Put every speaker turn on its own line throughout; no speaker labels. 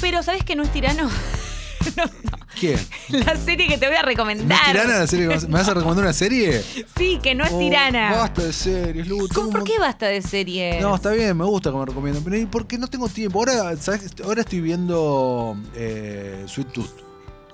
pero ¿sabes que no es tirano? no, no.
¿Qué?
La serie que te voy a
¿No
recomendar.
es tirana la serie? que vas- ¿Me vas a recomendar una serie?
Sí, que no es tirana.
Oh, basta de series, Lu. tengo
¿Cómo,
un
¿Por
mon-
qué basta de series?
No, está bien, me gusta como recomiendo. Pero ¿y por qué no tengo tiempo? Ahora, ¿sabes? Ahora estoy viendo eh, Sweet Tooth.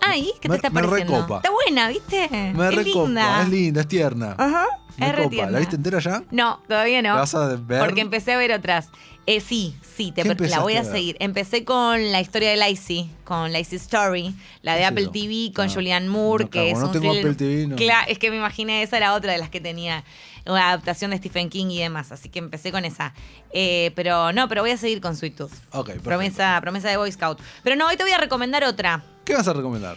Ay, ¿qué
Me-
te está
me
pareciendo?
recopa.
Está buena, ¿viste?
Me
es
recopa,
linda.
es linda, es tierna.
Ajá.
me
es re
copa.
tierna.
¿La viste entera ya?
No, todavía no.
¿La vas a ver?
Porque empecé a ver otras. Eh, sí, sí, te,
¿Qué
la voy
empezaste
a
a ver?
seguir. Empecé con la historia de Lacey, con Lacey Story, la de
¿Qué es
Apple
eso?
TV, con
No,
Julianne Moore,
no,
que es
como no
un
tengo
thriller-
Apple TV, no.
Cla- es que me imaginé esa era otra de las que tenía, una adaptación de Stephen King y demás, así que empecé con esa. Eh, pero no, pero voy a seguir con Sweet Tooth.
Ok, perfecto.
Promesa, promesa de Boy Scout. Pero no, hoy te voy a recomendar otra.
¿Qué vas a recomendar?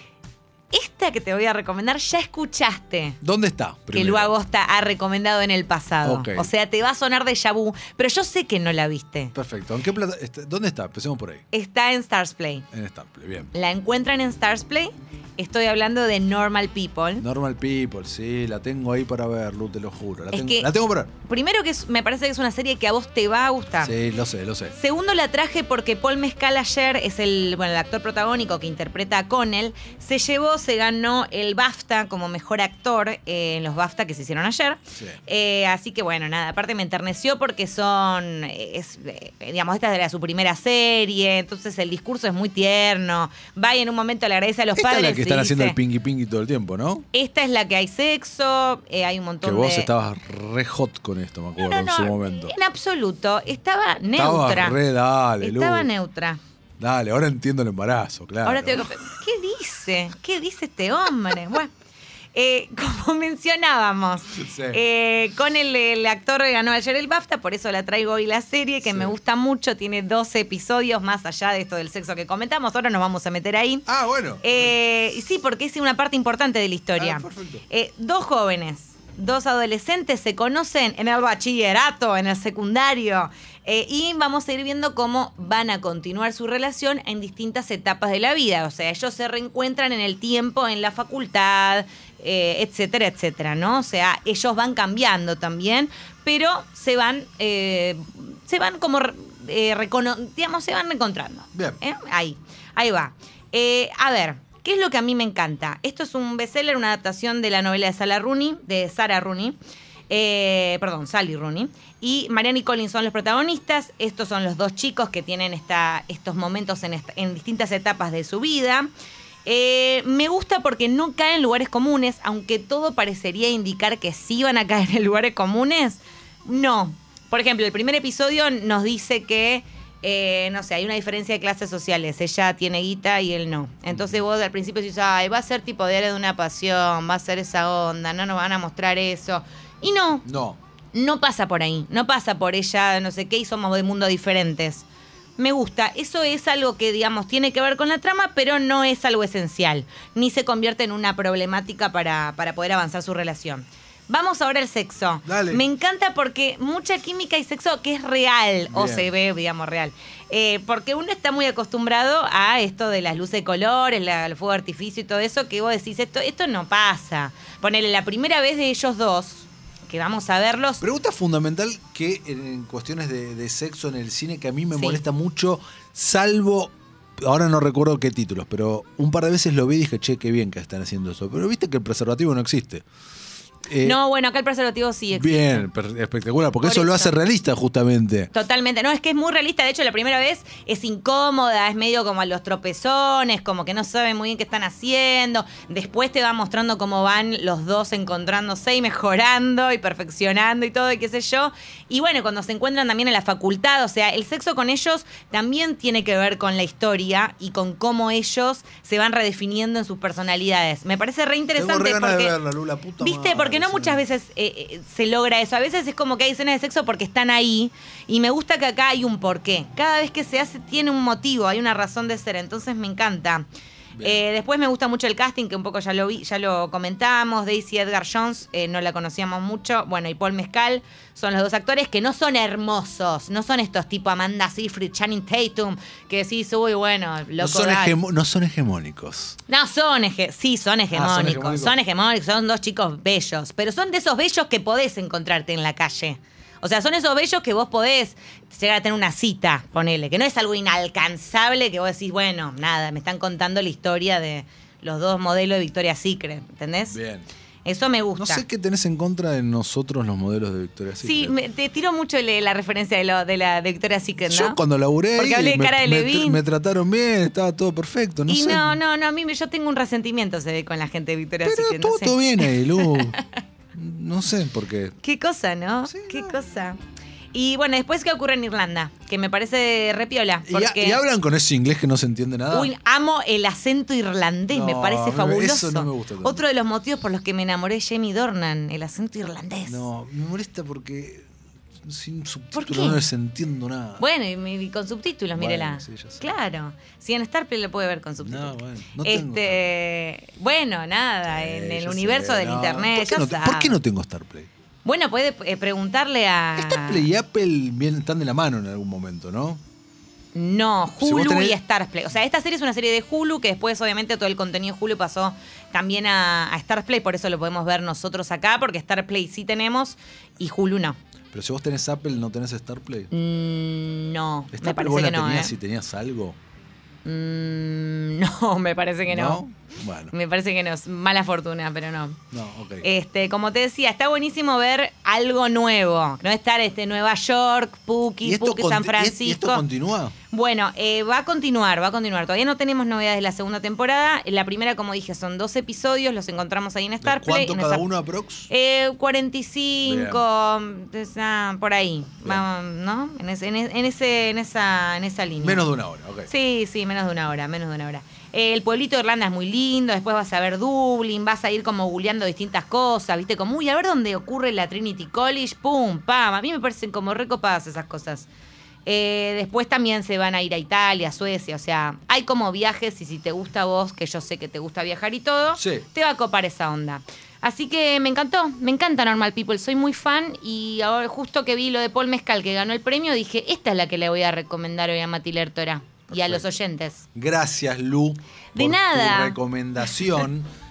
Esta que te voy a recomendar ya escuchaste
¿Dónde está?
que Lu
primero?
Agosta ha recomendado en el pasado.
Ok.
O sea, te va a sonar de vu, pero yo sé que no la viste.
Perfecto. ¿En qué plata- este- ¿Dónde está? Empecemos por ahí.
Está en Stars Play.
En Stample, bien.
La encuentran en Stars Play. Estoy hablando de Normal People.
Normal People, sí, la tengo ahí para ver, Lu, te lo juro. La,
Es
tengo,
que-
la tengo para ver.
Primero que es- me parece que es una serie que a vos te va a gustar.
Sí, lo sé, lo sé.
Segundo, la traje porque Paul Mescal ayer es el, bueno, el actor protagónico que interpreta a Connell. Se llevó, se ganó el BAFTA como mejor actor eh, en los BAFTA que se hicieron ayer.
Sí.
Eh, así que bueno, nada, aparte me enterneció porque son, eh, es, eh, digamos, esta era su primera serie, entonces el discurso es muy tierno. Va y en un momento le agradece a los
Esta es
padres.
la que
y
están haciendo
dice,
el pinky pinky todo el tiempo, ¿no?
Esta es la que hay sexo, eh, hay un montón
Que vos
de...
estabas re hot con esto, me
No,
acuerdo,
no,
en su
no,
momento.
en absoluto. Estaba neutra.
Estabas re, dale, Lu.
Estaba neutra.
Dale, ahora entiendo el embarazo, claro.
Ahora tengo que. ¿Qué dice? ¿Qué dice este hombre? Bueno. eh, como mencionábamos,
Sí.
eh, con el, el actor que ganó ayer el BAFTA, por eso la traigo hoy la serie, que
Sí.
me gusta mucho, tiene 12 episodios más allá de esto del sexo que comentamos, ahora nos vamos a meter ahí.
Ah, bueno.
Eh, y sí, porque es una parte importante de la historia.
Ah, perfecto.
Eh, dos jóvenes, dos adolescentes se conocen en el bachillerato, en el secundario, eh, y vamos a ir viendo cómo van a continuar su relación en distintas etapas de la vida. O sea, ellos se reencuentran en el tiempo, en la facultad, eh, etcétera, etcétera, ¿no? O sea, ellos van cambiando también, pero se van, eh, se van como, eh, recono- digamos, se van encontrando.
Bien.
¿eh? Ahí, ahí va. Eh, a ver, ¿qué es lo que a mí me encanta? Esto es un bestseller, una adaptación de la novela de Sara Rooney, de Sara Rooney. eh, perdón, Sally Rooney. Y Marianne y Collins son los protagonistas. Estos son los dos chicos que tienen esta, estos momentos en, esta- en distintas etapas de su vida. Eh, me gusta porque no caen en lugares comunes, aunque todo parecería indicar que sí van a caer en lugares comunes. No. Por ejemplo, el primer episodio nos dice que, eh, no sé, hay una diferencia de clases sociales. Ella tiene guita y él no. Entonces vos al principio dices, ay, va a ser tipo diario de una pasión, va a ser esa onda, no nos van a mostrar eso. Y no,
No.
no pasa por ahí, no pasa por ella, no sé qué, y somos de mundo diferentes. Me gusta, eso es algo que, digamos, tiene que ver con la trama, pero no es algo esencial, ni se convierte en una problemática para, para poder avanzar su relación. Vamos ahora al sexo.
Dale.
Me encanta porque mucha química y sexo que es real, o
Bien.
se ve, digamos, real. Eh, porque uno está muy acostumbrado a esto de las luces de colores, la- el fuego de artificio y todo eso, que vos decís, esto, esto no pasa. Ponele, la primera vez de ellos dos, que vamos a verlos,
Pregunta fundamental que en, en cuestiones de, de sexo en el cine que a mí me
Sí.
molesta mucho, salvo, ahora no recuerdo qué títulos, pero un par de veces lo vi y dije, che, qué bien que están haciendo eso. Pero viste que el preservativo no existe. Eh,
No, bueno, acá el preservativo sí existe.
Bien, per- espectacular, porque
Por
eso, lo
eso.
hace realista justamente.
Totalmente. No, es que es muy realista. De hecho, la primera vez es incómoda, es medio como a los tropezones, como que no saben muy bien qué están haciendo. Después te va mostrando cómo van los dos encontrándose y mejorando y perfeccionando y todo, y qué sé yo. Y bueno, cuando se encuentran también en la facultad, o sea, el sexo con ellos también tiene que ver con la historia y con cómo ellos se van redefiniendo en sus personalidades. Me parece re
Tengo
interesante
re ganas
porque.
de verla, Lula, puta
¿Viste?
madre,
Porque no
sí.
muchas veces eh, eh, se logra eso. A veces es como que hay escenas de sexo porque están ahí. Y me gusta que acá hay un porqué. Cada vez que se hace tiene un motivo, hay una razón de ser. Entonces me encanta.
Bien.
Eh, después me gusta mucho el casting, que un poco ya lo vi, ya lo comentamos. Daisy Edgar Jones, eh, no la conocíamos mucho. Bueno, y Paul Mezcal son los dos actores que no son hermosos. No son estos tipo Amanda Seyfried, Channing Tatum, que decís, uy, bueno, loco.
no, son
dale".
hegemo- no son hegemónicos.
No, son hege- sí,
Ah,
son hegemónicos, son hegemónicos.
hegemónicos.
Son dos chicos bellos, pero son de esos bellos que podés encontrarte en la calle. O sea, son esos bellos que vos podés llegar a tener una cita, ponele, que no es algo inalcanzable que vos decís, bueno, nada, me están contando la historia de los dos modelos de Victoria's Secret, ¿entendés?
Bien.
Eso me gusta.
No sé qué tenés en contra de nosotros los modelos de Victoria Secret.
Sí, me- te tiro mucho le- la referencia de, lo, de la de Victoria's Secret, ¿no?
Yo cuando laburé
Porque
ahí,
hablé de
me,
cara de
me-
Levin.
me trataron bien, estaba todo perfecto, no
y
sé.
no, no, no, a mí me- yo tengo un resentimiento, se ve, con la gente de Victoria's
Pero
Secret. no
todo,
sé.
todo bien ahí, Lu. No sé por qué.
Qué cosa, ¿no?
Sí,
Qué
no.
cosa. Y bueno, después, ¿qué ocurre en Irlanda? Que me parece repiola.
Y,
Porque
y hablan con ese inglés que no se entiende nada.
Uy, amo el acento irlandés, me
No,
parece
a mí me-
fabuloso.
eso no me gusta tanto.
Otro de los motivos por los que me enamoré de Jamie Dornan, el acento irlandés.
No, me molesta porque sin
qué?
subtítulos no les entiendo nada.
Bueno, y, mi- y con subtítulos,
Bueno,
Mirela.
sí, ya sé.
Claro. Si en Star Play lo puede ver con subtítulos.
No, bueno, no tengo
este, bueno, nada,
Eh,
en el
ya
universo
sé,
del
no,
internet,
¿Por qué,
ya
no, te- ¿Por
sabe.
qué no tengo Starplay?
Bueno, puede eh, preguntarle a
Starplay y Apple vienen, están de la mano en algún momento, ¿no?
No,
Si vos
Hulu
tenés-
y Stars Play. O sea, esta serie es una serie de Hulu que después, obviamente, todo el contenido de Hulu pasó también a, a Stars Play. Por eso lo podemos ver nosotros acá, porque Star Play sí tenemos y Hulu no.
Pero si vos tenés Apple, ¿no tenés Starplay?
Mm, no, me
¿Starplay
parece
vos
que
la
no.
tenías
¿eh?
si tenías algo?
Mm, no, me parece que no.
Bueno,
Me parece que no. Es mala fortuna, pero no.
no, ok.
Este, como te decía, está buenísimo ver algo nuevo. No estar este Nueva York, Puki, Puki,
conti-
San
y- y esto
Francisco.
continúa?
Bueno, eh, va a continuar, va a continuar. Todavía no tenemos novedades de la segunda temporada. La primera, como dije, son dos episodios, los encontramos ahí en
¿De
Starplay.
¿Cuánto
en
cada
Star-
uno aprox?
Eh, 45, entonces, ah, por ahí, vamos, ¿no? En, ese- en e- en ese, en, esa, en esa línea.
Menos de una hora, ok.
Sí, sí, menos de una hora, menos de una hora. Eh, el pueblito de Irlanda es muy lindo, después vas a ver Dublín, vas a ir como googleando distintas cosas, ¿viste? Como, uy, a ver dónde ocurre la Trinity College, pum, pam. A mí me parecen como recopadas esas cosas. Eh, después también se van a ir a Italia, a Suecia, o sea, hay como viajes y si te gusta a vos, que yo sé que te gusta viajar y todo,
Sí.
te va a copar esa onda. Así que me encantó, me encanta Normal People, soy muy fan y ahora justo que vi lo de Paul Mezcal que ganó el premio, dije, esta es la que le voy a recomendar hoy a Mati Lertora y a los
Perfecto.
oyentes.
Gracias, Lu.
De
por
nada.
Tu recomendación.